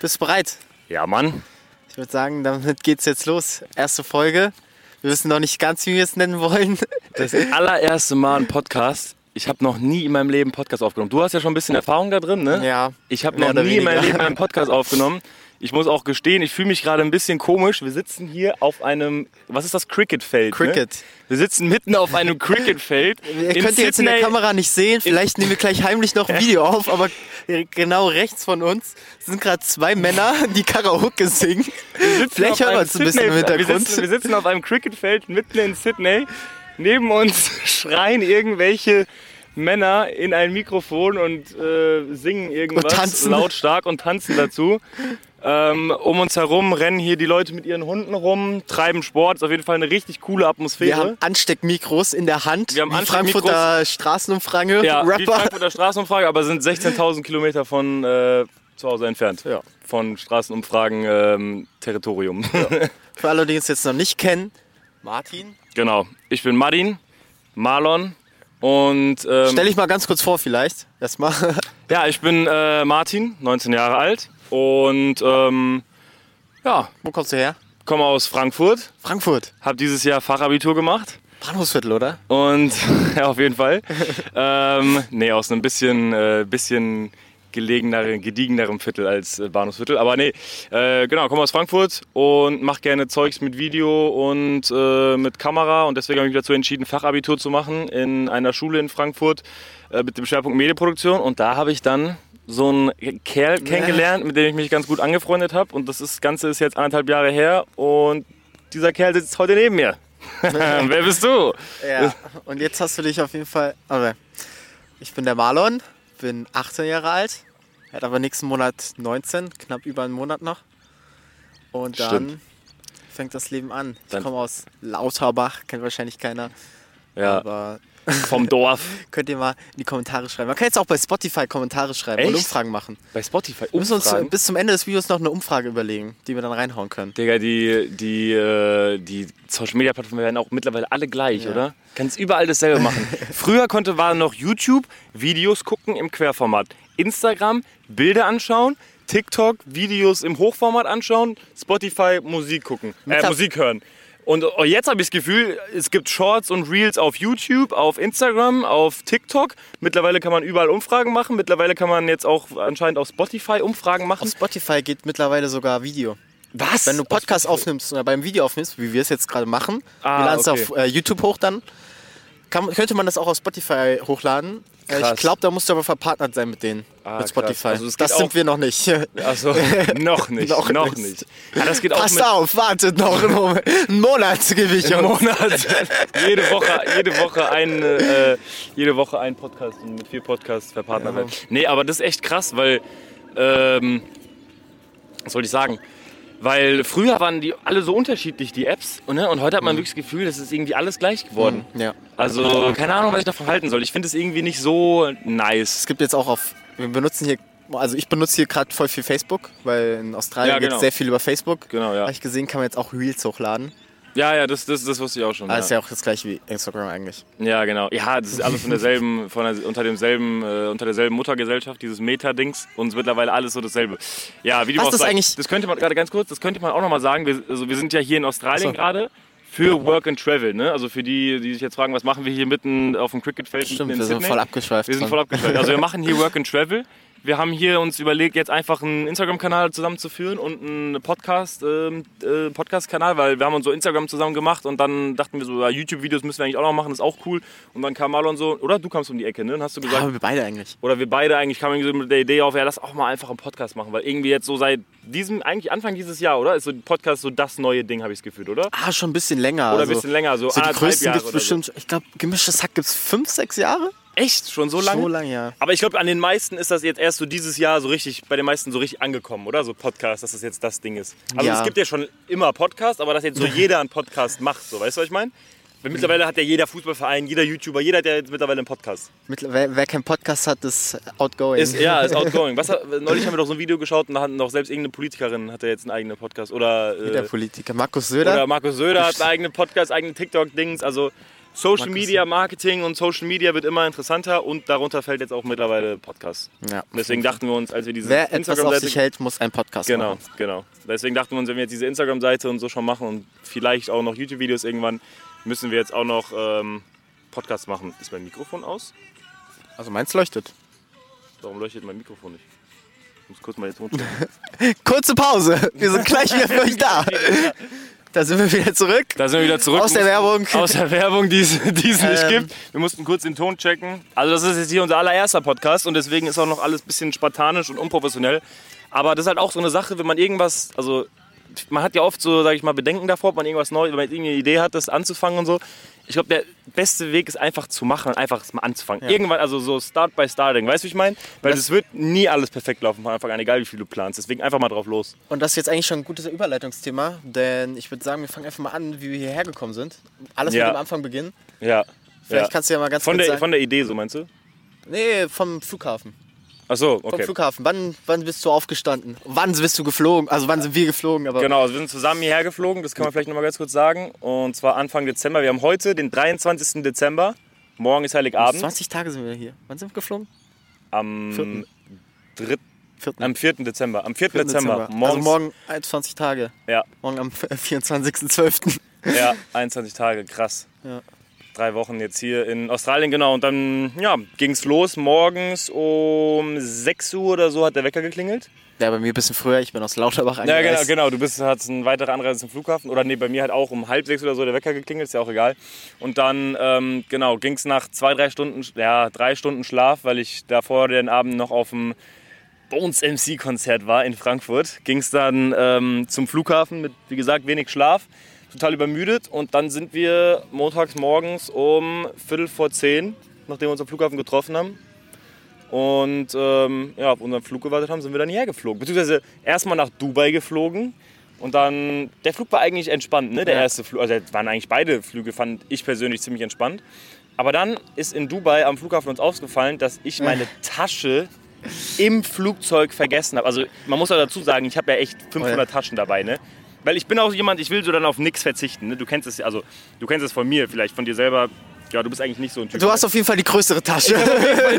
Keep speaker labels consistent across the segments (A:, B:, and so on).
A: Bist du bereit?
B: Ja, Mann.
A: Ich würde sagen, damit geht's jetzt los. Erste Folge. Wir wissen noch nicht ganz, wie wir es nennen wollen.
B: Das allererste Mal ein Podcast. Ich habe noch nie in meinem Leben einen Podcast aufgenommen. Du hast ja schon ein bisschen Erfahrung da drin, ne?
A: Ja,
B: Ich habe
A: mehr
B: noch
A: oder
B: nie in meinem
A: weniger.
B: Leben einen Podcast aufgenommen. Ich muss auch gestehen, ich fühle mich gerade ein bisschen komisch. Wir sitzen hier auf einem, was ist das, Cricketfeld?
A: Cricket.
B: Ne? Wir sitzen mitten auf einem Cricketfeld.
A: Ihr
B: in
A: könnt ihr jetzt in der
B: Sydney.
A: Kamera nicht sehen. Vielleicht nehmen wir gleich heimlich noch ein Video auf, aber genau rechts von uns sind gerade zwei Männer, die Karaoke singen.
B: sitzen auf
A: Vielleicht hören wir
B: einem
A: uns ein bisschen im
B: Sydney-
A: Hintergrund.
B: Wir sitzen, wir sitzen auf einem Cricketfeld mitten in Sydney. Neben uns schreien irgendwelche Männer in ein Mikrofon und äh, singen irgendwas
A: Und tanzen.
B: lautstark und tanzen dazu. Ähm, um uns herum rennen hier die Leute mit ihren Hunden rum, treiben Sport. Ist auf jeden Fall eine richtig coole Atmosphäre.
A: Wir haben Ansteckmikros in der Hand.
B: Wir haben
A: wie
B: Ansteckmikros.
A: Frankfurter Straßenumfrage.
B: ja, die
A: Rapper.
B: Frankfurter Straßenumfrage, aber sind 16.000 Kilometer von äh, zu Hause entfernt.
A: Ja.
B: Von Straßenumfragen ähm, Territorium.
A: Für alle, die uns jetzt noch nicht kennen. Martin.
B: Genau. Ich bin Martin, Marlon und ähm,
A: Stell dich mal ganz kurz vor vielleicht. Erstmal.
B: ja, ich bin äh, Martin, 19 Jahre alt und ähm, ja,
A: Wo kommst du her?
B: komme aus Frankfurt,
A: Frankfurt.
B: habe dieses Jahr Fachabitur gemacht
A: Bahnhofsviertel, oder?
B: und ja, auf jeden Fall. ähm, nee, aus einem bisschen, äh, bisschen gelegeneren, gediegenerem Viertel als äh, Bahnhofsviertel. Aber nee, äh, genau, komme aus Frankfurt und mache gerne Zeugs mit Video und äh, mit Kamera. Und deswegen habe ich mich dazu entschieden, Fachabitur zu machen in einer Schule in Frankfurt äh, mit dem Schwerpunkt Medienproduktion. Und da habe ich dann so einen Kerl kennengelernt, mit dem ich mich ganz gut angefreundet habe. Und das, ist, das Ganze ist jetzt anderthalb Jahre her und dieser Kerl sitzt heute neben mir. Wer bist du?
A: Ja. Und jetzt hast du dich auf jeden Fall. Aber ich bin der Marlon, bin 18 Jahre alt, werde aber nächsten Monat 19, knapp über einen Monat noch. Und dann
B: Stimmt.
A: fängt das Leben an. Ich
B: Dann-
A: komme aus Lauterbach, kennt wahrscheinlich keiner.
B: Ja,
A: Aber
B: vom Dorf.
A: könnt ihr mal in die Kommentare schreiben. Man kann jetzt auch bei Spotify Kommentare schreiben und
B: Echt?
A: Umfragen machen.
B: Bei Spotify
A: Wir müssen uns
B: Umfragen?
A: bis zum Ende des Videos noch eine Umfrage überlegen, die wir dann reinhauen können.
B: Digga, die, die, äh, die Social Media Plattformen werden auch mittlerweile alle gleich, oder? Kannst überall dasselbe machen. Früher konnte war noch YouTube Videos gucken im Querformat, Instagram Bilder anschauen, TikTok Videos im Hochformat anschauen, Spotify Musik gucken, äh,
A: Mittler-
B: Musik hören. Und oh, jetzt habe ich das Gefühl, es gibt Shorts und Reels auf YouTube, auf Instagram, auf TikTok. Mittlerweile kann man überall Umfragen machen. Mittlerweile kann man jetzt auch anscheinend auf Spotify Umfragen machen.
A: Auf Spotify geht mittlerweile sogar Video.
B: Was?
A: Wenn du Podcast aufnimmst oder beim Video aufnimmst, wie wir es jetzt gerade machen,
B: Ah,
A: wir laden es
B: okay.
A: auf äh, YouTube hoch dann, kann, könnte man das auch auf Spotify hochladen. Äh,
B: Krass.
A: Ich glaube, da musst du aber verpartnert sein mit denen, mit
B: krass.
A: Spotify.
B: Also es
A: das
B: geht
A: sind
B: auch-
A: wir noch nicht.
B: Also noch nicht,
A: Noch
B: noch,
A: nicht.
B: nicht. Ja, das geht
A: Passt
B: auch
A: auf, wartet noch einen Moment. Einen Monat gebe ich
B: mit im
A: euch.
B: Monat. jede Woche, jede Woche ein, äh, jede Woche ein Podcast und mit vier Podcasts verpartnert werden. Nee, aber das ist echt krass, weil ähm, was soll ich sagen? Weil früher waren die alle so unterschiedlich, die Apps, ne? und heute hat man
A: Mhm.
B: wirklich das Gefühl, das ist irgendwie alles gleich geworden.
A: Ja.
B: Also, keine Ahnung, was ich davon halten soll. Ich finde es irgendwie nicht so nice.
A: Es gibt jetzt auch auf, wir benutzen hier, also ich benutze hier gerade voll viel Facebook, weil in Australien
B: Ja,
A: geht
B: genau.
A: es sehr viel über Facebook.
B: Genau, ja.
A: Habe ich gesehen, kann man jetzt auch Reels hochladen.
B: Ja, ja, das, das, das wusste ich auch schon.
A: Ah,
B: ja.
A: ist ja auch das gleiche wie Instagram eigentlich.
B: Ja, genau. Ja, das ist alles von derselben, von der, unter demselben, äh, unter derselben Muttergesellschaft, dieses Meta-Dings und es ist mittlerweile alles so dasselbe. Ja, wie dem
A: Was
B: auch
A: ist
B: sei.
A: eigentlich-
B: Das könnte man gerade ganz kurz, das könnte man auch nochmal sagen. Wir, also wir sind ja hier in Australien
A: Ach so.
B: gerade für Work and Travel, ne? Also für die, die sich jetzt fragen, was machen wir hier mitten auf dem Cricketfeld mitten
A: Stimmt,
B: in
A: wir sind
B: Sydney?
A: voll abgeschweift.
B: Wir sind
A: von-
B: voll abgeschaltet. Also wir machen hier Work and Travel. Wir haben hier uns überlegt, jetzt einfach einen Instagram-Kanal zusammenzuführen und einen Podcast, ähm, äh, Podcast-Kanal, weil wir haben uns so Instagram zusammen gemacht und dann dachten wir so, ja, YouTube-Videos müssen wir eigentlich auch noch machen, das ist auch cool. Und dann kam Marlon so, oder du kamst um die Ecke, ne? Und hast du gesagt,
A: Aber Ah, wir beide eigentlich.
B: oder wir beide eigentlich kamen irgendwie so mit der Idee auf, ja, lass auch mal einfach einen Podcast machen, weil irgendwie jetzt so seit diesem, eigentlich Anfang dieses Jahr, oder? Ist so ein Podcast so das neue Ding, habe ich das Gefühl, oder?
A: Ah, schon ein bisschen länger.
B: Oder ein
A: also,
B: bisschen länger, so,
A: So die
B: anderthalb
A: größten
B: Jahre
A: gibt es
B: oder so.
A: bestimmt, ich glaube, gemischtes Hack gibt es fünf, sechs Jahre?
B: Echt? Schon so lange?
A: So lange, ja.
B: Aber ich glaube, an den meisten ist das jetzt erst so dieses Jahr so richtig, bei den meisten so richtig angekommen, oder? So Podcast, dass das jetzt das Ding ist. Also
A: Ja.
B: es gibt ja schon immer Podcast, aber dass jetzt so jeder einen Podcast macht, so, weißt du, was ich meine? Weil mittlerweile hat ja jeder Fußballverein, jeder YouTuber, jeder hat ja jetzt mittlerweile einen Podcast.
A: Mittler- Wer, wer keinen Podcast hat, ist outgoing.
B: Ist, eh- ja, ist outgoing. Was, neulich haben wir doch so ein Video geschaut und da hatten doch selbst irgendeine Politikerin hat ja jetzt einen eigenen Podcast. Oder,
A: der
B: äh,
A: Politiker. Markus Söder?
B: oder Markus Söder hat einen eigenen Podcast, eigene TikTok-Dings. Also Social
A: Markus-
B: Media Marketing und Social Media wird immer interessanter und darunter fällt jetzt auch mittlerweile Podcast.
A: Ja.
B: Deswegen dachten wir uns, als wir diese
A: Wer etwas auf sich
B: Instagram-Seite.
A: hält, halt muss einen Podcast
B: Genau,
A: machen.
B: genau. Deswegen dachten wir uns, wenn wir jetzt diese Instagram-Seite und so schon machen und vielleicht auch noch YouTube-Videos irgendwann, müssen wir jetzt auch noch ähm, Podcast machen. Ist mein Mikrofon aus?
A: Also meins leuchtet.
B: Warum leuchtet mein Mikrofon nicht? Ich muss kurz mal den Ton stellen.
A: Kurze Pause. Wir sind gleich wieder für euch da. Da sind wir wieder zurück.
B: Da sind wir wieder zurück.
A: Aus der Werbung.
B: Aus der Werbung, die es, die es nicht
A: Ähm.
B: gibt. Wir mussten kurz den Ton checken. Also das ist jetzt hier unser allererster Podcast und deswegen ist auch noch alles ein bisschen spartanisch und unprofessionell. Aber das ist halt auch so eine Sache, wenn man irgendwas, also man hat ja oft so, sage ich mal, Bedenken davor, ob man irgendwas Neues, wenn man irgendeine Idee hat, das anzufangen und so. Ich glaube, der beste Weg ist einfach zu machen und einfach es mal anzufangen. Irgendwann, also so Start by Starting, weißt du, wie ich meine? Weil es wird nie alles perfekt laufen von Anfang an, egal wie viel du planst. Deswegen einfach mal drauf los.
A: Und das ist jetzt eigentlich schon ein gutes Überleitungsthema, denn ich würde sagen, wir fangen einfach mal an, wie wir hierher gekommen sind. Alles
B: Ja.
A: mit dem Anfang beginnen.
B: Ja.
A: Vielleicht
B: ja.
A: kannst du ja mal ganz
B: von
A: kurz
B: der,
A: sagen.
B: von der Idee, so meinst du?
A: nee, vom Flughafen.
B: Ach so,
A: Vom
B: okay.
A: Flughafen. Wann, wann bist du aufgestanden? Wann bist du geflogen? Also wann sind wir geflogen? Aber
B: Genau, wir sind zusammen hierher geflogen, das kann man vielleicht nochmal ganz kurz sagen. Und zwar Anfang Dezember. Wir haben heute den 23. Dezember. Morgen ist Heiligabend.
A: 20 Tage sind wir hier. Wann sind wir geflogen?
B: Am,
A: Vierten.
B: dritt,
A: Vierten.
B: Mm, am 4. Dezember. Am 4.
A: vierten
B: Dezember.
A: Also morgen 21 Tage.
B: Ja,
A: Morgen am 24.12.
B: ja, 21 Tage, krass.
A: Ja.
B: Drei Wochen jetzt hier in Australien, genau. Und dann ja, ging es los. Morgens um 6 Uhr oder so hat der Wecker geklingelt.
A: Ja, bei mir ein bisschen früher. Ich bin aus Lauterbach
B: Ja, genau,
A: eingereist.
B: genau. Du bist, hast eine weitere Anreise zum Flughafen. Oder nee, bei mir hat auch um halb sechs oder so der Wecker geklingelt, ist ja auch egal. Und dann, ähm, genau, ging es nach zwei, drei Stunden, ja, drei Stunden Schlaf, weil ich davor den Abend noch auf dem Bones MC-Konzert war in Frankfurt. Ging es dann ähm, zum Flughafen mit, wie gesagt, wenig Schlaf, total übermüdet. Und dann sind wir montags morgens um Viertel vor zehn, nachdem wir uns am Flughafen getroffen haben, und ähm, ja, auf unseren Flug gewartet haben, sind wir dann hierher geflogen. Beziehungsweise erstmal nach Dubai geflogen. Und dann, der Flug war eigentlich entspannt, ne? Der
A: Ja.
B: erste Flug, also waren eigentlich beide Flüge, fand ich persönlich ziemlich entspannt. Aber dann ist in Dubai am Flughafen uns aufgefallen, dass ich meine Tasche im Flugzeug vergessen habe. Also man muss ja dazu sagen, ich habe ja echt 500
A: Oh ja.
B: Taschen dabei, ne? Weil ich bin auch jemand, ich will so dann auf nichts verzichten. Ne? Du kennst es, ja- also du kennst es von mir vielleicht, von dir selber. Ja, du bist eigentlich nicht so ein Typ.
A: Du hast auf jeden Fall die größere Tasche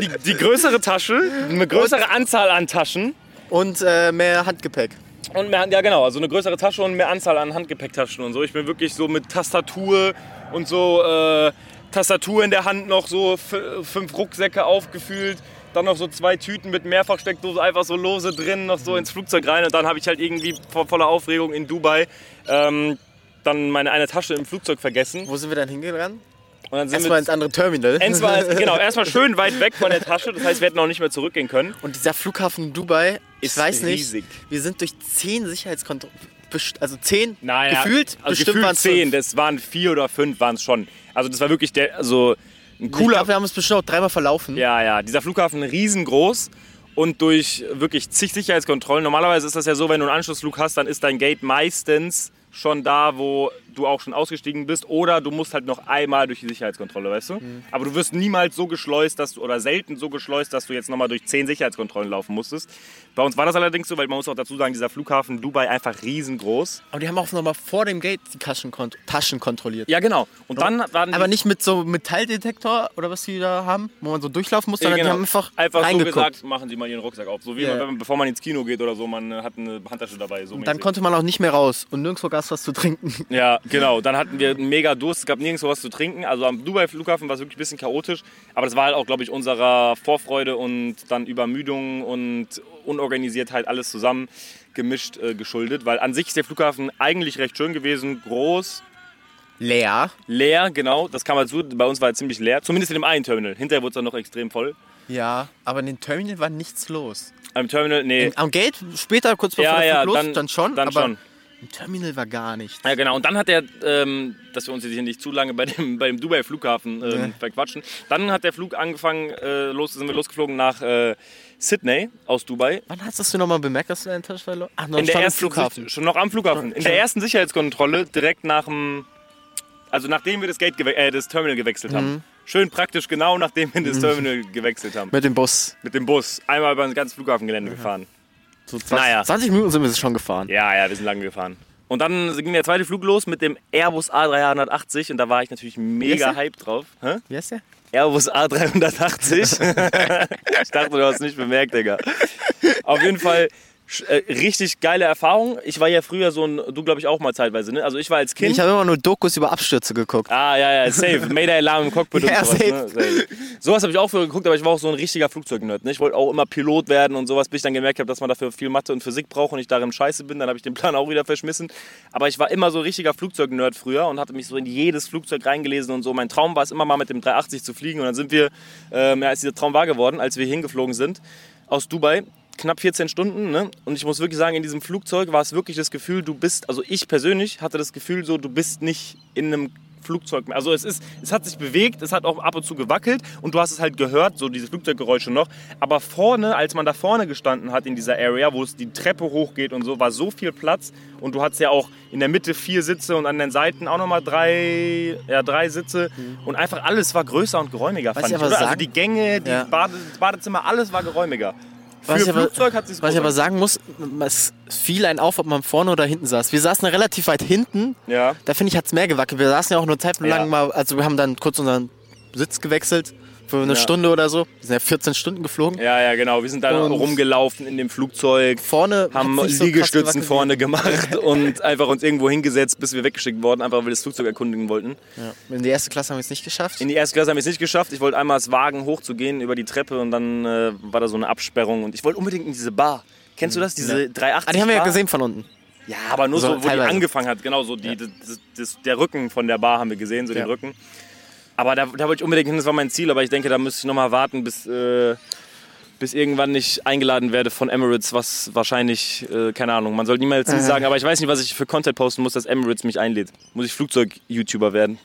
B: die, die größere Tasche, eine größere Anzahl an Taschen
A: und äh, mehr Handgepäck.
B: und mehr, ja genau, also eine größere Tasche und mehr Anzahl an Handgepäcktaschen und so. Ich bin wirklich so mit Tastatur und so äh, Tastatur in der Hand noch so f- fünf Rucksäcke aufgefühlt, dann noch so zwei Tüten mit Mehrfachsteckdose einfach so lose drin, noch so ins Flugzeug rein und dann habe ich halt irgendwie vo voller Aufregung in Dubai ähm, dann meine eine Tasche im Flugzeug vergessen
A: Wo sind wir dann hingegangen?
B: und dann sind
A: Erstmal ins
B: wir
A: andere Terminal.
B: Erstmal, genau, erstmal schön weit weg von der Tasche. Das heißt, wir hätten auch nicht mehr zurückgehen können.
A: Und dieser Flughafen in Dubai, ich
B: Ist
A: weiß nicht,
B: riesig.
A: wir sind durch zehn Sicherheitskontrollen, also zehn
B: Nein, ja,
A: gefühlt,
B: also
A: bestimmt
B: gefühlt
A: waren es
B: zehn.
A: fünf.
B: Das waren vier oder fünf waren es schon. Also das war wirklich der, also ein
A: Ich
B: cooler.
A: glaube, wir haben uns bestimmt auch dreimal verlaufen.
B: ja, ja. Dieser Flughafen riesengroß und durch wirklich zig Sicherheitskontrollen. Normalerweise ist das ja so, wenn du einen Anschlussflug hast, dann ist dein Gate meistens schon da, wo du auch schon ausgestiegen bist, oder du musst halt noch einmal durch die Sicherheitskontrolle, weißt du?
A: Mhm.
B: Aber du wirst niemals so geschleust, dass du, oder selten so geschleust, dass du jetzt nochmal durch zehn Sicherheitskontrollen laufen musstest. Bei uns war das allerdings so, weil man muss auch dazu sagen, dieser Flughafen Dubai einfach riesengroß.
A: Aber die haben auch nochmal vor dem Gate die Taschen, kont Taschen kontrolliert.
B: Ja, genau. Und dann waren die-
A: Aber nicht mit so Metalldetektor oder was die da haben, wo man so durchlaufen muss,
B: Ja,
A: sondern
B: genau.
A: die haben einfach,
B: so
A: reingeguckt.
B: gesagt, machen Sie mal Ihren Rucksack auf. So wie
A: Ja.
B: man, wenn man, bevor man ins Kino geht oder so, man äh, hat eine Handtasche dabei. So
A: Dann
B: mäßig.
A: konnte man auch nicht mehr raus und nirgendwo gab es was zu trinken.
B: Ja, genau. Dann hatten wir einen mega Durst, es gab nirgendwo was zu trinken. Also am Dubai-Flughafen war es wirklich ein bisschen chaotisch. Aber das war halt auch, glaube ich, unserer Vorfreude und dann Übermüdung und Unorganisiertheit alles zusammen gemischt äh, geschuldet. Weil an sich ist der Flughafen eigentlich recht schön gewesen, groß,
A: Leer.
B: leer, genau. Das kam halt zu. Bei uns war er ziemlich leer. Zumindest in dem einen Terminal. Hinterher wurde es dann noch extrem voll.
A: Ja, aber in den Terminal war nichts los.
B: Am Terminal, nee.
A: In, am Gate später, kurz bevor
B: Ja,
A: der
B: ja,
A: Flug los,
B: dann-
A: dann, schon,
B: dann
A: aber
B: schon.
A: im Terminal war gar nichts.
B: Ja, genau. Und dann hat der, ähm, dass wir uns jetzt hier nicht zu lange bei dem, bei dem Dubai-Flughafen ähm, verquatschen, dann hat der Flug angefangen, äh, los, sind wir losgeflogen nach äh, Sydney aus Dubai.
A: Wann hast du nochmal bemerkt, dass du deinen Tisch verloren hast? Ach, noch
B: In der
A: schon am
B: ersten Sich- Schon noch am Flughafen. In der ersten Sicherheitskontrolle direkt nach dem, also nachdem wir das, Gate gewe äh, das Terminal gewechselt haben. Schön praktisch genau nachdem wir das Terminal gewechselt haben.
A: Mit dem Bus.
B: Mit dem Bus. Einmal über das ganze Flughafengelände gefahren.
A: So 20,
B: Naja.
A: 20 Minuten sind wir schon gefahren.
B: Ja, ja, wir sind lange gefahren. Und dann ging der zweite Flug los mit dem Airbus A380 und da war ich natürlich mega
A: Welcher?
B: hyped drauf. Hä?
A: Wie heißt der?
B: Airbus A380. ich dachte, du hast es nicht bemerkt, Digga. Auf jeden Fall sch- äh, richtig geile Erfahrung. Ich war ja früher so ein, du glaube ich auch mal zeitweise, ne? Also ich war als Kind.
A: Ich habe immer nur Dokus über Abstürze geguckt.
B: Ah, ja, ja, safe. Mayday-Alarm im Cockpit
A: Ja,
B: und sowas.
A: safe.
B: Ne? Safe. Sowas habe ich auch früher geguckt, aber ich war auch so ein richtiger Flugzeugnerd. Ne? Ich wollte auch immer Pilot werden und sowas, bis ich dann gemerkt habe, dass man dafür viel Mathe und Physik braucht und ich darin scheiße bin. Dann habe ich den Plan auch wieder verschmissen. Aber ich war immer so ein richtiger Flugzeugnerd früher und hatte mich so in jedes Flugzeug reingelesen und so. Mein Traum war es immer mal mit dem 380 zu fliegen und dann sind wir, ähm, ja, ist dieser Traum wahr geworden, als wir hingeflogen sind aus Dubai. Knapp 14 Stunden, ne? Und ich muss wirklich sagen, in diesem Flugzeug war es wirklich das Gefühl, du bist, also ich persönlich hatte das Gefühl so, du bist nicht in einem Flugzeug mehr. Also es ist, es hat sich bewegt, es hat auch ab und zu gewackelt und du hast es halt gehört, so diese Flugzeuggeräusche noch. Aber vorne, als man da vorne gestanden hat in dieser Area, wo es die Treppe hochgeht und so, war so viel Platz und du hattest ja auch in der Mitte vier Sitze und an den Seiten auch nochmal drei, ja, drei Sitze und einfach alles war größer und geräumiger,
A: Mhm. Was
B: fand
A: ich
B: ich.
A: aber
B: oder? Also
A: sagen-
B: die Gänge, die
A: Ja.
B: Bade, das Badezimmer, alles war geräumiger. Für
A: Was ich aber-
B: Flugzeug hat sich
A: Was ich aber sagen muss, es fiel einen auf, ob man vorne oder hinten saß. Wir saßen relativ weit hinten.
B: Ja.
A: Da finde ich, hat es mehr gewackelt. Wir saßen ja auch nur zeitlang
B: Ja.
A: mal, also wir haben dann kurz unseren Sitz gewechselt für eine
B: Ja.
A: Stunde oder so. Wir sind ja 14 Stunden geflogen.
B: ja, ja, genau. Wir sind da
A: Und-
B: rumgelaufen in dem Flugzeug.
A: Vorne
B: haben
A: hat's nicht so krass
B: Liegestützen
A: gewackelt.
B: vorne gemacht und einfach uns irgendwo hingesetzt, bis wir weggeschickt wurden, einfach weil wir das Flugzeug erkundigen wollten.
A: Ja. In die erste Klasse haben wir es nicht geschafft.
B: In die erste Klasse haben wir es nicht geschafft. Ich wollte einmal es wagen, hochzugehen über die Treppe und dann äh, war da so eine Absperrung und ich wollte unbedingt in diese Bar. Kennst du das? Diese 380
A: ah, die haben wir ja
B: Bar?
A: gesehen von unten.
B: Ja, aber nur so,
A: So,
B: wo
A: teilweise.
B: die angefangen hat. Genau, so die, das, das, der Rücken von der Bar haben wir gesehen, so
A: Ja.
B: den Rücken. Aber da, da wollte ich unbedingt hin, das war mein Ziel, aber ich denke, da müsste ich nochmal warten, bis, äh, bis irgendwann ich eingeladen werde von Emirates, was wahrscheinlich, äh, keine Ahnung, man soll niemals nie sagen, aber ich weiß nicht, was ich für Content posten muss, dass Emirates mich einlädt. Muss ich Flugzeug-YouTuber werden?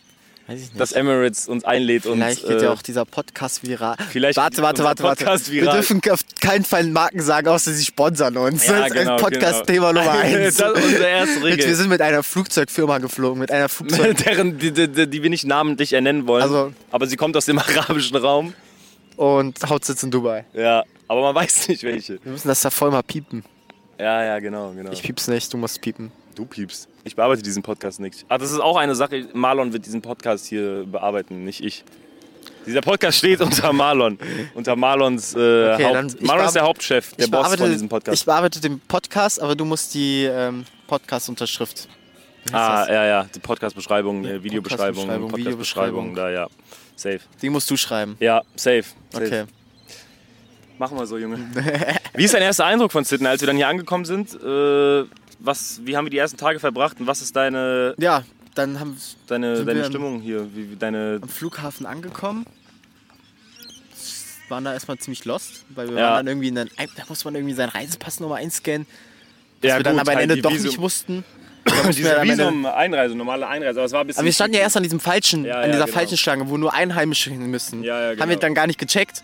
A: Weiß ich nicht.
B: Dass Emirates uns einlädt und.
A: Vielleicht geht ja
B: äh,
A: auch dieser Podcast viral.
B: vielleicht
A: warte,
B: geht
A: warte,
B: unser
A: warte, warte.
B: Podcast
A: Wir
B: viral.
A: dürfen auf keinen Fall Marken sagen, außer sie sponsern uns.
B: Ja,
A: das ist
B: genau,
A: ein Podcast-Thema
B: genau.
A: Nummer eins.
B: das ist unsere erste
A: Mit- Wir
B: Regel.
A: sind mit einer Flugzeugfirma geflogen, mit einer Flugzeug.
B: Deren, die, die, die, die wir nicht namentlich ernennen wollen.
A: Also-
B: aber sie kommt aus dem arabischen Raum.
A: und Hauptsitz in Dubai.
B: Ja, aber man weiß nicht welche.
A: Wir müssen das da voll mal piepen.
B: Ja, ja, genau, genau.
A: Ich piep's nicht, du musst piepen.
B: du piepst. Ich bearbeite diesen Podcast nicht. Ach, das ist auch eine Sache. Marlon wird diesen Podcast hier bearbeiten, nicht ich. Dieser Podcast steht unter Marlon. Unter Marlons äh,
A: dann-
B: Haupt.
A: ich
B: Marlon ist der
A: bearbe-
B: Hauptchef, der
A: ich
B: Boss
A: bearbeite-
B: von diesem Podcast.
A: Ich bearbeite den Podcast, aber du musst die ähm, Podcast-Unterschrift.
B: ah,
A: das?
B: ja, ja. Die Podcast-Beschreibung, äh,
A: Ja,
B: Videobeschreibung,
A: Podcast-Beschreibung,
B: Podcast-Beschreibung, da, ja. Safe.
A: Die musst du schreiben.
B: Ja, safe. safe.
A: Okay.
B: Machen wir so, Junge. wie ist dein erster Eindruck von Sydney, als wir dann hier angekommen sind? Äh, was, wie haben wir die ersten Tage verbracht und was ist deine,
A: Ja, dann haben
B: Deine,
A: Sind
B: deine
A: wir am-
B: Stimmung hier, wie, wie deine.
A: am Flughafen angekommen. Waren da erstmal ziemlich lost, weil wir
B: Ja.
A: waren dann irgendwie in den, da muss man irgendwie seinen Reisepass nochmal einscannen, was wir dann aber
B: halt
A: am Ende doch nicht mussten. Da mussten wir
B: Diese
A: dann am Ende-
B: Visum, Einreise, normale Einreise, aber es war ein bisschen.
A: aber wir standen ja erst an diesem falschen,
B: Ja,
A: an
B: ja,
A: dieser
B: genau.
A: falschen Schlange, wo nur Einheimische hin müssen.
B: Ja,
A: Haben
B: ja,
A: wir
B: genau.
A: dann gar nicht gecheckt,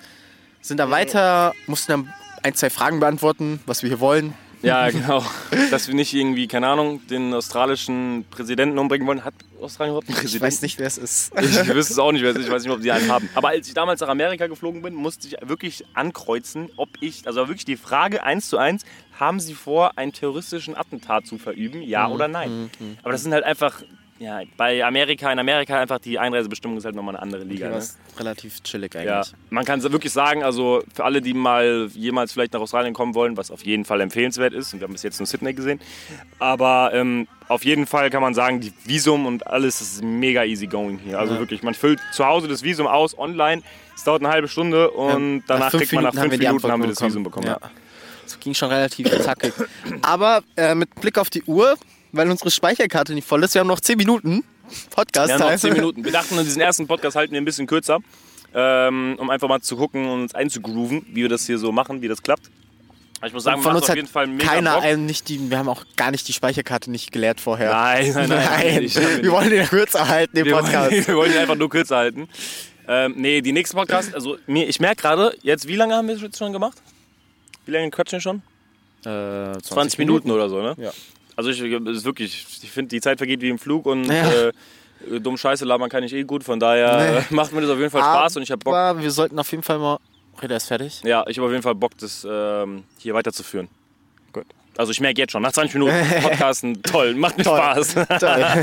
A: sind dann weiter, mussten dann ein, zwei Fragen beantworten, was wir hier wollen.
B: Ja, genau. Dass wir nicht irgendwie, keine Ahnung, den australischen Präsidenten umbringen wollen. Hat Australien überhaupt einen
A: Ich
B: Präsidenten?
A: weiß nicht, wer es ist.
B: Ich wüsste es auch nicht, wer es ist. ich weiß nicht, ob die einen haben. Aber als ich damals nach Amerika geflogen bin, musste ich wirklich ankreuzen, ob ich, also wirklich die Frage eins zu eins, haben sie vor, einen terroristischen Attentat zu verüben, ja
A: Mhm,
B: oder nein? Aber das sind halt einfach, ja, bei Amerika, in Amerika einfach die Einreisebestimmung ist halt nochmal eine andere Liga.
A: Ja,
B: Ne?
A: das ist relativ chillig
B: Ja,
A: eigentlich.
B: man kann so wirklich sagen, also für alle, die mal jemals vielleicht nach Australien kommen wollen, was auf jeden Fall empfehlenswert ist, und wir haben bis jetzt nur Sydney gesehen, aber ähm, auf jeden Fall kann man sagen, die Visum und alles ist mega easy going hier. Also wirklich, man füllt zu Hause das Visum aus, online, es dauert eine halbe Stunde und
A: Ähm, Nach
B: danach
A: fünf
B: kriegt man nach
A: Minuten haben
B: fünf
A: wir die
B: Minuten
A: Antwort
B: haben wir das Visum bekommen. Ja.
A: Ja. Das ging schon relativ zackig. Aber äh, mit Blick auf die Uhr, weil unsere Speicherkarte nicht voll ist, wir haben noch 10 Minuten Podcast.
B: Wir haben noch
A: heißt-
B: zehn Minuten. Wir dachten, diesen ersten Podcast halten wir ein bisschen kürzer, ähm, um einfach mal zu gucken und uns einzugrooven, wie wir das hier so machen, wie das klappt. Aber Ich muss sagen,
A: Von
B: macht's
A: uns
B: auf
A: hat
B: jeden Fall mega
A: keiner
B: Bock.
A: einem nicht die, wir haben auch gar nicht die Speicherkarte nicht geleert vorher.
B: Nein, nein, nein.
A: Nein,
B: ich hab ihn
A: wir wollen den kurz erhalten, den
B: Wir
A: Podcast.
B: wollen, wir wollen ihn einfach nur kürzer halten. Ähm, nee, die nächste Podcast, also mir, ich merke gerade, jetzt, wie lange haben wir es jetzt schon gemacht? Wie lange quatschen wir schon?
A: 20,
B: 20 Minuten, oder so, ne?
A: Ja.
B: Also ich, es ist wirklich, ich finde, die Zeit vergeht wie im Flug und
A: Ja.
B: äh, äh, dumm Scheiße labern kann ich eh gut, von daher äh, macht mir das auf jeden Fall
A: Ah.
B: Spaß und ich habe Bock.
A: Aber wir sollten auf jeden Fall mal. Okay, der ist fertig.
B: Ja, ich habe auf jeden Fall Bock, das ähm, hier weiterzuführen.
A: Gut.
B: Also ich merke jetzt schon, nach 20 Minuten Podcasten, toll, macht mir Spaß.
A: Toll.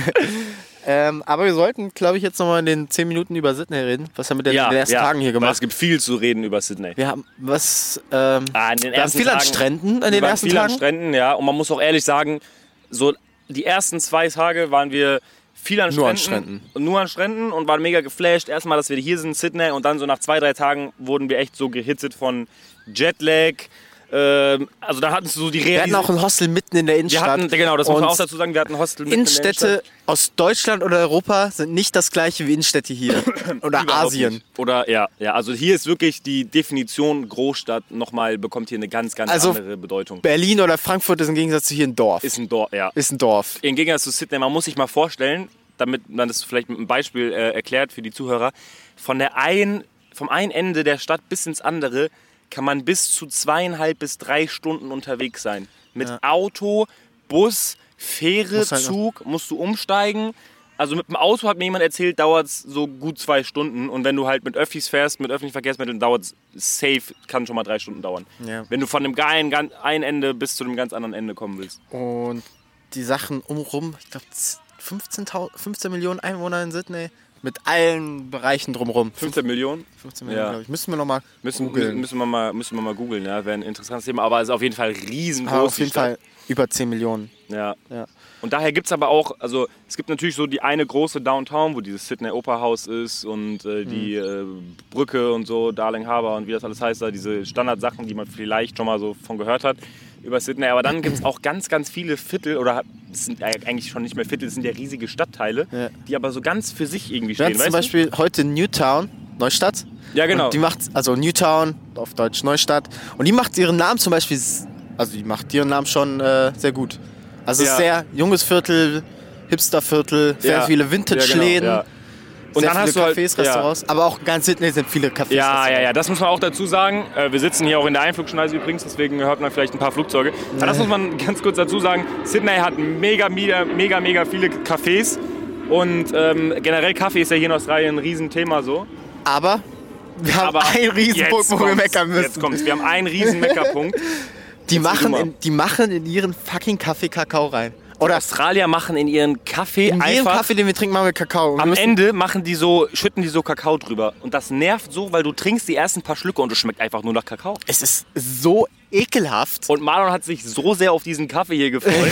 A: ähm, aber wir sollten, glaube ich, jetzt nochmal in den 10 Minuten über Sydney reden, was haben wir denn in den ersten Tagen hier
B: weil
A: gemacht
B: Es gibt viel zu reden über Sydney.
A: Wir haben was. Ähm,
B: Ah, in den
A: wir haben
B: ersten
A: viel an
B: Tagen-
A: Stränden an
B: Wir
A: den
B: waren
A: ersten
B: viel
A: Tagen.
B: an Stränden, ja. Und man muss auch ehrlich sagen, so die ersten zwei Tage waren wir viel an
A: Nur
B: Stränden.
A: an
B: Und Nur an Stränden und waren mega geflasht. Erstmal, dass wir hier sind in Sydney und dann so nach zwei, drei Tagen wurden wir echt so gehitzt von Jetlag. Ähm, also da hatten so die
A: wir hatten auch ein Hostel mitten in der
B: wir
A: Innenstadt.
B: hatten, genau, das muss man
A: Und
B: auch dazu sagen, wir hatten ein Hostel mitten in der
A: Innenstädte aus Deutschland oder Europa sind nicht das gleiche wie Innenstädte hier. oder
B: Überhaupt
A: Asien.
B: nicht. Oder ja, ja, also hier ist wirklich die Definition Großstadt nochmal, bekommt hier eine ganz, ganz
A: Also-
B: andere Bedeutung.
A: Berlin oder Frankfurt ist im Gegensatz zu hier ein Dorf.
B: Ist ein Dorf, ja.
A: Ist ein Dorf.
B: Im Gegensatz zu Sydney, man muss sich mal vorstellen, damit man das vielleicht mit einem Beispiel äh, erklärt für die Zuhörer, von der ein, vom einen Ende der Stadt bis ins andere kann man bis zu zweieinhalb bis drei Stunden unterwegs sein. Mit Auto, Bus, Fähre,
A: Muss halt noch-
B: Zug, musst du umsteigen. Also mit dem Auto hat mir jemand erzählt, dauert es so gut zwei Stunden. Und wenn du halt mit Öffis fährst, mit öffentlichen Verkehrsmitteln, dauert es safe, kann schon mal drei Stunden dauern.
A: Ja.
B: Wenn du von dem geilen gan- einen Ende bis zu dem ganz anderen Ende kommen willst.
A: Und die Sachen umrum, ich glaube 15, Millionen Einwohner in Sydney. Mit allen Bereichen drumrum.
B: 15 Millionen?
A: 15 Millionen,
B: Ja.
A: glaube ich. Müssen wir nochmal
B: Müssen,
A: googeln.
B: müssen, wir mal, müssen wir mal googeln, ja. Wäre ein interessantes Thema, aber ist auf jeden Fall riesengroß.
A: Aber Ah, auf
B: die
A: jeden
B: Stadt.
A: Fall über 10 Millionen.
B: Ja.
A: Ja.
B: Und daher gibt es aber auch, also es gibt natürlich so die eine große Downtown, wo dieses Sydney Opernhaus ist und äh,
A: Mhm.
B: die äh, Brücke und so, Darling Harbour und wie das alles heißt, da diese Standardsachen, die man vielleicht schon mal so von gehört hat über Sydney. Aber dann gibt es auch ganz, ganz viele Viertel oder es sind eigentlich schon nicht mehr Viertel, es sind ja riesige Stadtteile,
A: Ja.
B: die aber so ganz für sich irgendwie
A: Wir
B: stehen.
A: hatten zum
B: weißt du?
A: Beispiel heute Newtown, Neustadt.
B: Ja, genau.
A: Und die macht, also Newtown, auf Deutsch Neustadt. Und die macht ihren Namen zum Beispiel, s- also die macht ihren Namen schon äh, sehr gut. Also es
B: Ja.
A: ist sehr junges Viertel, Hipsterviertel, sehr
B: Ja.
A: viele Vintage-Läden,
B: Ja, genau, ja. Und
A: sehr
B: dann hast du
A: viele
B: halt-
A: Cafés,
B: ja.
A: Restaurants. Aber auch ganz Sydney sind viele Cafés,
B: Ja,
A: Restaurants.
B: ja, ja, das muss man auch dazu sagen. Äh, Wir sitzen hier auch in der Einflugschneise übrigens, deswegen hört man vielleicht ein paar Flugzeuge. Aber das muss man ganz kurz dazu sagen. Sydney hat mega, mega, mega, mega viele Cafés. Und ähm, generell Kaffee ist ja hier in Australien ein Riesenthema so.
A: Aber wir haben
B: Aber
A: einen Riesenpunkt,
B: jetzt
A: wo wir
B: kommt's,
A: meckern
B: Jetzt
A: müssen.
B: kommt's. Wir haben einen riesen Meckerpunkt.
A: Die machen,
B: mal.
A: in, die machen in ihren fucking Kaffee Kakao rein. Oder
B: Australier machen in ihren Kaffee
A: in jedem
B: einfach...
A: Kaffee, den wir trinken, machen wir Kakao. Und wir
B: am
A: müssen-
B: Ende machen die so, schütten die so Kakao drüber. Und das nervt so, weil du trinkst die ersten paar Schlücke und es schmeckt einfach nur nach Kakao.
A: Es ist so ekelhaft.
B: Und Marlon hat sich so sehr auf diesen Kaffee hier gefreut.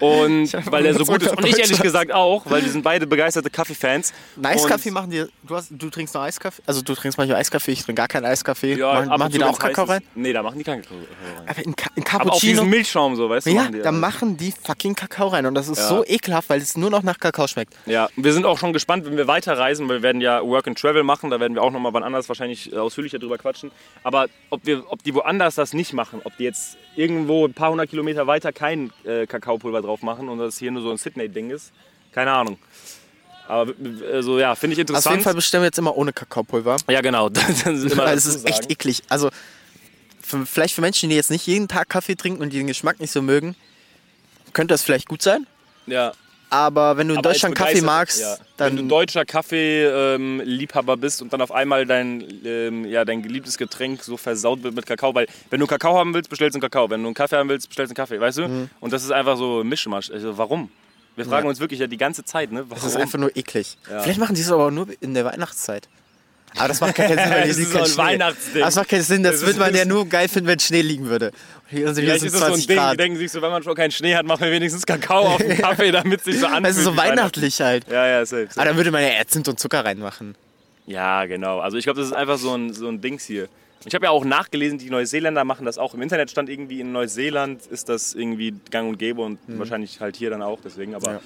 B: und weil er so
A: was
B: gut ist. Und ich ehrlich
A: Deutschland.
B: gesagt auch, weil wir sind beide begeisterte Kaffee-Fans.
A: Einen Eiskaffee
B: Und-
A: machen die. Du, hast, du trinkst noch Eiskaffee? Also, du trinkst manchmal Eiskaffee, ich trinke gar keinen Eiskaffee.
B: Ja,
A: machen
B: ab
A: machen
B: und
A: die
B: zu,
A: da auch
B: wenn's heiß
A: Kakao
B: ist.
A: rein?
B: Nee, da machen die keinen Kakao rein.
A: Aber in, Ka in
B: Aber auf diesen
A: Cappuccino.
B: Milchschaum so, weißt du?
A: Ja,
B: machen die
A: da
B: das.
A: machen die fucking Kakao rein. Und das ist
B: Ja.
A: so ekelhaft, weil es nur noch nach Kakao schmeckt.
B: Ja, wir sind auch schon gespannt, wenn wir weiterreisen, weil wir werden ja Work and Travel machen, da werden wir auch nochmal wann anders wahrscheinlich äh, ausführlicher drüber quatschen. Aber ob, wir, ob die woanders das nicht machen, ob die jetzt irgendwo ein paar hundert Kilometer weiter kein äh, Kakaopulver drauf machen und das hier nur so ein Sydney-Ding ist, keine Ahnung. Aber äh, so, ja, finde ich
A: Also
B: interessant.
A: auf jeden Fall bestellen wir jetzt immer ohne Kakaopulver.
B: Ja, genau. Das, das ist immer
A: weil es
B: dazu
A: ist echt
B: sagen.
A: eklig. Also, für, vielleicht für Menschen, die jetzt nicht jeden Tag Kaffee trinken und den Geschmack nicht so mögen, könnte das vielleicht gut sein.
B: Ja.
A: Aber wenn du in
B: Aber als
A: Deutschland Kaffee
B: begeistert-
A: magst,
B: ja.
A: dann.
B: Wenn du deutscher Kaffee-Liebhaber bist und dann auf einmal dein, ähm, ja, dein geliebtes Getränk so versaut wird mit Kakao, weil wenn du Kakao haben willst, bestellst du einen Kakao. Wenn du einen Kaffee haben willst, bestellst du einen Kaffee, weißt du?
A: Mhm.
B: Und das ist einfach so ein Mischmasch. Also warum? Wir fragen uns wirklich ja die ganze Zeit, ne? Warum?
A: Das ist einfach nur eklig. Vielleicht machen die es aber auch nur in der Weihnachtszeit. Aber das macht keinen Sinn, weil hier
B: Das
A: liegt kein
B: ist so ein
A: Schnee.
B: Weihnachtsding.
A: Das macht keinen Sinn, das,
B: Das
A: würde man
B: ist-
A: ja nur geil finden, wenn Schnee liegen würde. Und Hier sind, hier
B: Vielleicht
A: sind
B: ist es so ein
A: 20
B: Ding, die
A: Grad.
B: denken sich so, wenn man schon keinen Schnee hat, machen wir wenigstens Kakao auf den Kaffee, damit es sich so anfühlt.
A: Es ist so
B: wie
A: weihnachtlich halt.
B: Weihnachten. Ja, ja, safe.
A: Aber
B: safe.
A: dann würde man ja Ärzend und Zucker reinmachen.
B: Ja, genau. Also ich glaube, das ist einfach so ein, so ein Dings hier. Ich habe ja auch nachgelesen, die Neuseeländer machen das auch. Im Internet stand irgendwie, in Neuseeland ist das irgendwie gang und gäbe und wahrscheinlich halt hier dann auch deswegen. Aber ja,
A: Mhm.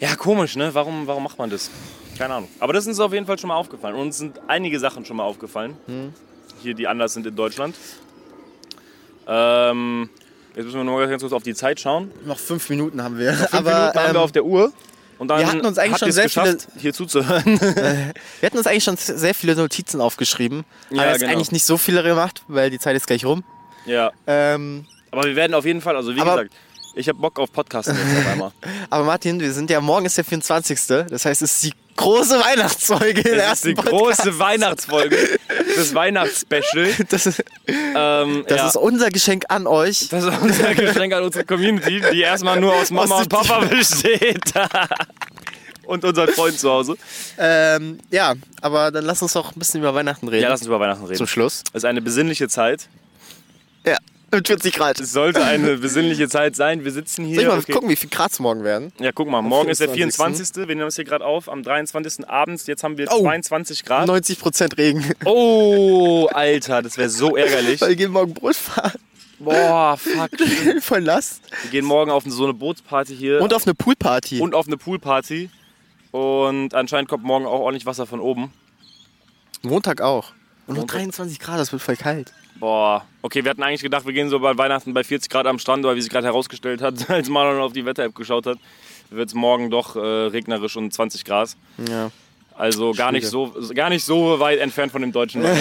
A: Ja.
B: komisch, ne? Warum, warum macht man das? Keine Ahnung. Aber das ist uns auf jeden Fall schon mal aufgefallen. Und uns sind einige Sachen schon mal aufgefallen,
A: Mhm.
B: hier die anders sind in Deutschland. Ähm, jetzt müssen wir nur mal ganz kurz auf die Zeit schauen.
A: Noch fünf Minuten haben wir.
B: Fünf
A: aber
B: Minuten haben
A: ähm,
B: wir auf der Uhr. Und dann
A: wir hatten uns eigentlich
B: habt
A: schon
B: ihr's
A: sehr
B: geschafft, hier zuzuhören.
A: wir hatten uns eigentlich schon sehr viele Notizen aufgeschrieben.
B: Ja,
A: aber jetzt
B: genau.
A: eigentlich nicht so viele gemacht, weil die Zeit ist gleich rum.
B: ja.
A: Ähm,
B: Aber wir werden auf jeden Fall, also wie
A: Aber-
B: gesagt, ich habe Bock auf Podcasten jetzt auf einmal.
A: aber Martin, wir sind ja morgen ist der 24. Das heißt, es ist die große Weihnachtsfolge.
B: Das ist die große Weihnachtsfolge. das Weihnachtsspecial.
A: Das, ist,
B: Ähm,
A: das
B: ja.
A: ist unser Geschenk an euch.
B: das ist unser Geschenk an unsere Community, die erstmal nur aus Mama
A: Aus
B: und Papa besteht. und unseren Freunden zu Hause.
A: Ähm, ja, aber dann lass uns doch ein bisschen über Weihnachten reden.
B: Ja, lass uns über Weihnachten reden.
A: Zum Schluss.
B: Es ist eine besinnliche Zeit.
A: Ja, mit 40 Grad.
B: Es
A: Soll
B: sollte eine besinnliche Zeit sein. Wir sitzen hier.
A: ich mal
B: okay.
A: gucken, wie viel Grad es morgen werden?
B: Ja, guck mal, morgen ist der
A: 24..
B: 24. Wir nehmen das hier gerade auf. Am 23. abends. Jetzt haben wir
A: Oh.
B: 22 Grad.
A: 90% Regen.
B: Oh, Alter, das wäre so ärgerlich.
A: Weil wir gehen morgen Brot fahren.
B: Boah, fuck. Wir
A: Voll Last.
B: gehen morgen auf so eine Bootsparty hier
A: Und auf eine Poolparty.
B: und auf eine Poolparty. Und anscheinend kommt morgen auch ordentlich Wasser von oben.
A: Montag auch. Und nur
B: Montag.
A: 23 Grad, das wird voll kalt.
B: Boah. Okay, wir hatten eigentlich gedacht, wir gehen so bei Weihnachten bei 40 Grad am Strand, aber wie sich gerade herausgestellt hat, als Marlon auf die Wetter-App geschaut hat, wird es morgen doch äh, regnerisch und 20 Grad.
A: Ja.
B: Also gar nicht, so, gar nicht so weit entfernt von dem deutschen Wetter.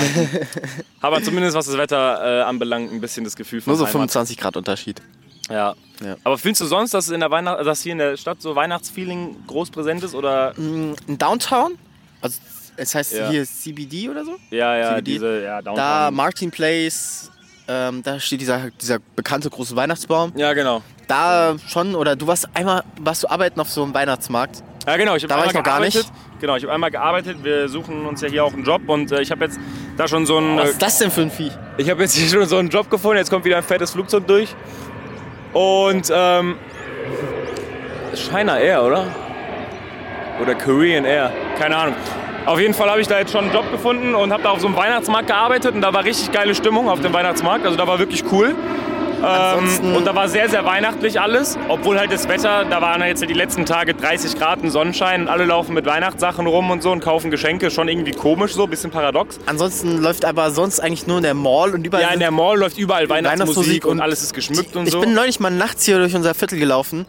B: Aber zumindest was das Wetter äh, anbelangt, ein bisschen das Gefühl von
A: Nur so
B: Heimat.
A: 25 Grad Unterschied.
B: Ja.
A: Ja.
B: Aber fühlst du sonst, dass, in der Weihnacht dass hier in der Stadt so Weihnachtsfeeling groß präsent ist? Oder?
A: In Downtown, also es heißt
B: Ja.
A: hier CBD oder so,
B: Ja, ja,
A: CBD.
B: diese ja,
A: da
B: Downtown.
A: Martin Place, ähm, da steht dieser, dieser bekannte große Weihnachtsbaum.
B: ja, genau.
A: Da schon, oder du warst einmal, warst du arbeiten auf so einem Weihnachtsmarkt.
B: Ja, genau. Ich habe
A: Da war
B: einmal
A: ich noch gar nicht.
B: gearbeitet. Genau, ich habe einmal gearbeitet. Wir suchen uns ja hier auch einen Job und äh, ich habe jetzt da schon so einen.
A: Was
B: Äh,
A: ist Oh, das denn für ein Vieh?
B: ich habe jetzt hier schon so einen Job gefunden. Jetzt kommt wieder ein fettes Flugzeug durch. Und ähm, China Air, oder? Oder Korean Air. Keine Ahnung. Auf jeden Fall habe ich da jetzt schon einen Job gefunden und habe da auf so einem Weihnachtsmarkt gearbeitet und da war richtig geile Stimmung auf dem Weihnachtsmarkt. Also da war wirklich cool. Ähm,
A: Ansonsten-
B: und da war sehr, sehr weihnachtlich alles. Obwohl halt das Wetter, da waren jetzt die letzten Tage 30 Grad und Sonnenschein und alle laufen mit Weihnachtssachen rum und so und kaufen Geschenke. Schon irgendwie komisch so, bisschen paradox.
A: Ansonsten läuft aber sonst eigentlich nur in der Mall und überall.
B: Ja, in der Mall läuft überall Weihnachtsmusik
A: Also Weihnachtsmusik
B: und,
A: und
B: alles ist geschmückt und
A: ich
B: so. Mhm.
A: bin neulich mal nachts hier durch unser Viertel gelaufen.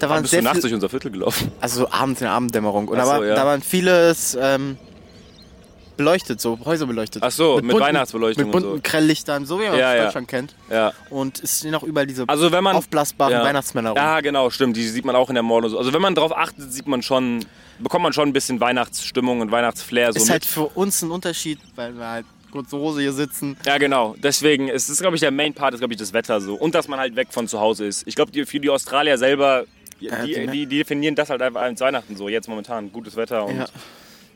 A: Da waren
B: bist du
A: sehr
B: nachts
A: viel,
B: durch unser Viertel gelaufen?
A: also abends in der Abenddämmerung. Und
B: Ach
A: da,
B: so,
A: war,
B: ja.
A: da waren vieles ähm, beleuchtet, so Häuser beleuchtet.
B: Ach so, mit Weihnachtsbeleuchtung
A: Mit
B: und
A: bunten
B: so.
A: Krelllichtern, so wie man es
B: Ja,
A: aus
B: ja.
A: Deutschland kennt.
B: Ja.
A: Und es stehen auch überall diese
B: Also wenn man
A: aufblasbaren
B: ja.
A: Weihnachtsmänner rum.
B: Ja, genau, stimmt. Die sieht man auch in der Mall und so. Also wenn man drauf achtet, sieht man schon, bekommt man schon ein bisschen Weihnachtsstimmung und Weihnachtsflair so
A: ist
B: mit.
A: halt für uns ein Unterschied, weil wir halt kurze Hose hier sitzen.
B: ja, genau. Deswegen ist es, glaube ich, der Main Part ist, glaube ich, das Wetter so und dass man halt weg von zu Hause ist. Ich glaube, die, für die Australier selber, die, die,
A: die- ne-
B: die definieren das halt einfach als Weihnachten so. Jetzt momentan gutes Wetter und
A: Ja.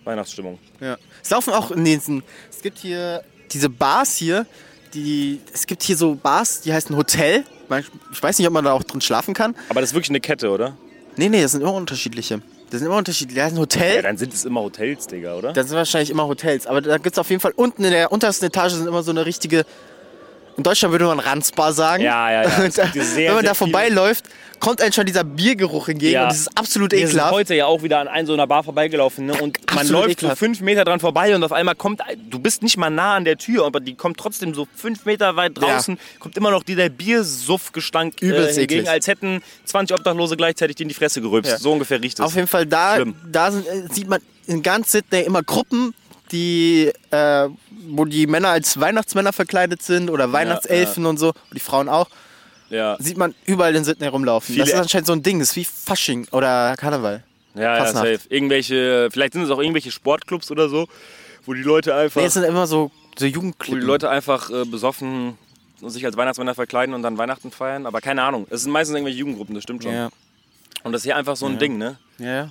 B: Weihnachtsstimmung.
A: Ja. Es laufen auch in diesen. Es gibt hier diese Bars hier, die. Es gibt hier so Bars, die heißen Hotel. Man- Ich weiß nicht, ob man da auch drin schlafen kann.
B: Aber das ist wirklich eine Kette, oder?
A: Nee, nee, das sind immer unterschiedliche. Das sind immer unterschiedliche. Das ist ein Hotel.
B: Ja, dann sind es immer Hotels, Digga, oder?
A: Das sind wahrscheinlich immer Hotels. Aber da gibt es auf jeden Fall unten in der untersten Etage sind immer so eine richtige. In Deutschland würde man Ranzbar sagen.
B: Ja, ja, ja. Es
A: Und da,
B: gibt hier
A: Hm?
B: sehr,
A: wenn man
B: sehr
A: da vorbeiläuft, kommt einem schon dieser Biergeruch entgegen
B: Ja.
A: und das ist absolut
B: Wir sind
A: ekelhaft.
B: heute ja auch wieder an ein, so einer Bar vorbeigelaufen ne? und man
A: Absolut
B: läuft
A: ekelhaft.
B: so fünf Meter dran vorbei und auf einmal kommt, du bist nicht mal nah an der Tür, aber die kommt trotzdem so fünf Meter weit draußen, kommt immer noch dieser Biersuffgestank äh,
A: Übelst
B: hingegen,
A: eklig.
B: als hätten 20 Obdachlose gleichzeitig dir in die Fresse gerülpst.
A: Ja.
B: So ungefähr riecht es.
A: Auf jeden Fall, da,
B: Schlimm.
A: da sind, äh, sieht man in ganz Sydney immer Gruppen, die, äh, wo die Männer als Weihnachtsmänner verkleidet sind oder Weihnachtselfen und so, und die Frauen auch,
B: ja.
A: sieht man überall in Sydney rumlaufen. das
B: Viele-
A: ist anscheinend so ein Ding, das ist wie Fasching oder Karneval.
B: Ja, ja,
A: Fasnacht.
B: safe. Irgendwelche, vielleicht sind es auch irgendwelche Sportclubs oder so, wo die Leute einfach,
A: Nee, es sind immer so, so
B: wo die
A: Jugendclips.
B: Leute einfach äh, besoffen und sich als Weihnachtsmänner verkleiden und dann Weihnachten feiern. Aber keine Ahnung, es sind meistens irgendwelche Jugendgruppen, das stimmt schon.
A: Ja,
B: Und das ist hier einfach so ein Ding, ne?
A: ja. ja.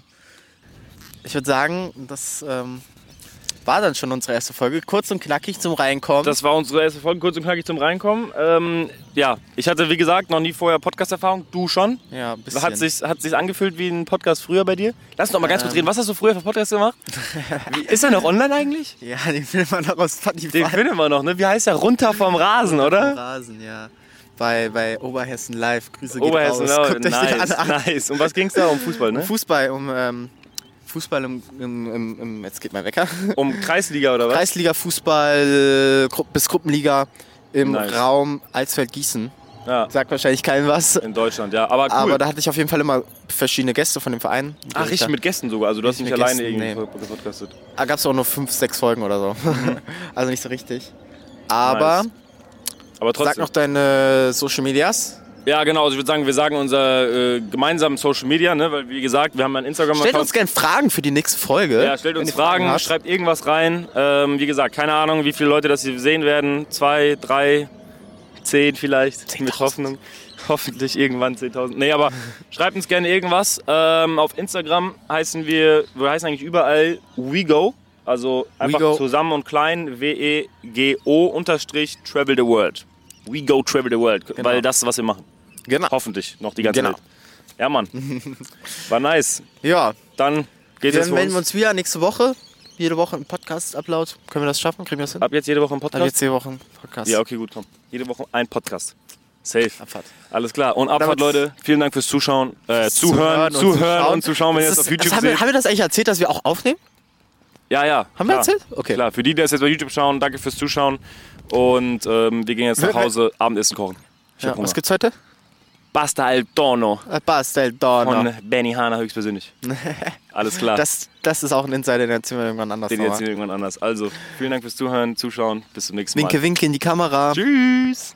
A: Ich würde sagen, das ähm, war dann schon unsere erste Folge. Kurz und knackig zum Reinkommen.
B: Das war unsere erste Folge, kurz und knackig zum Reinkommen. Ähm, ja, ich hatte, wie gesagt, noch nie vorher Podcast-Erfahrung. Du schon?
A: ja, ein bisschen.
B: Hat sich, hat sich angefühlt wie ein Podcast früher bei dir? Lass uns doch mal ganz kurz
A: Ähm.
B: reden. Was hast du früher für Podcasts gemacht? Wie- Ist er noch online eigentlich?
A: ja, den will man noch aus Spotify.
B: Den finden wir noch, ne? Wie heißt er? Runter vom Rasen, oder?
A: Rasen, ja. Bei, bei Oberhessen Live. Grüße
B: Oberhessen,
A: geht raus.
B: ja,
A: Guckt euch den
B: nice,
A: alle an.
B: nice. Und was ging's da um Fußball, ne?
A: Fußball, um ähm, Fußball im, im, im, im jetzt geht mein Wecker.
B: Um Kreisliga oder was?
A: Kreisliga Fußball äh, Gru bis Gruppenliga im
B: Nice.
A: Raum Alsfeld Gießen.
B: Ja,
A: Sagt wahrscheinlich keinem was.
B: in Deutschland, ja. Aber cool.
A: Aber da hatte ich auf jeden Fall immer verschiedene Gäste von dem Verein.
B: Ach, richtig mit Gästen sogar. Also du hast nicht
A: Richtig mit
B: alleine
A: Gästen,
B: irgendwie gepodcastet.
A: Da gab es Ah, auch nur fünf, sechs Folgen oder so.
B: Mhm.
A: also nicht so richtig. Aber
B: Aber trotzdem.
A: sag noch deine Social Medias.
B: Ja, genau. Also ich würde sagen, wir sagen unser äh, gemeinsamen Social Media, ne? weil wie gesagt, wir haben einen Instagram-Account.
A: Stellt uns gerne Fragen für die nächste Folge.
B: Ja, stellt
A: wenn
B: uns
A: ihr Fragen
B: Fragen,
A: habt.
B: schreibt irgendwas rein. Ähm, wie gesagt, keine Ahnung, wie viele Leute das hier sehen werden. Zwei, drei, zehn vielleicht. Mit Hoffnung. Hoffentlich irgendwann 10.000. Nee, aber schreibt uns gerne irgendwas. Ähm, auf Instagram heißen wir, wir heißen eigentlich überall WeGo. Also einfach
A: WeGo.
B: zusammen und klein. W-E-G-O unterstrich Travel the World. WeGo Travel the World. Weil das ist, was wir machen.
A: Genau.
B: Hoffentlich noch die ganze
A: Genau.
B: Welt. Ja, Mann. War nice.
A: Ja,
B: Dann geht es
A: dann
B: für
A: melden
B: uns.
A: wir uns wieder nächste Woche. Jede Woche ein Podcast-Upload. Können wir das schaffen? Kriegen wir das hin?
B: Ab jetzt jede Woche ein
A: Dann
B: Podcast.
A: jetzt jede Woche ein Podcast.
B: Ja, okay, gut, komm. Jede Woche ein Podcast. Safe.
A: Abfahrt.
B: Alles klar. Und Abfahrt,
A: Damit-
B: Leute. Vielen Dank fürs Zuschauen. Äh, zuhören,
A: und
B: zuhören und zuschauen, wenn ihr
A: Das
B: das
A: ist-
B: auf YouTube
A: das haben, wir,
B: seht.
A: haben wir das eigentlich erzählt, dass wir auch aufnehmen?
B: Ja, ja.
A: Haben wir
B: klar.
A: erzählt? Okay.
B: Klar, für die, die das jetzt bei YouTube schauen, danke fürs Zuschauen. Und ähm, wir gehen jetzt nach
A: Wer- wer-
B: Hause, Abendessen kochen. Ich hab
A: Ja, was
B: Hunger.
A: gibt's heute?
B: Basta al Tono
A: Äh, Bastel
B: von
A: Donner.
B: Benny Hana höchstpersönlich. Alles klar.
A: Genau. Das, das ist auch ein Insider, den erzählen wir irgendwann anders
B: Den jetzt
A: nochmal.
B: irgendwann anders. Also, vielen Dank fürs Zuhören, Zuschauen. Bis zum nächsten Mal.
A: Winke, winke in die Kamera.
B: Tschüss.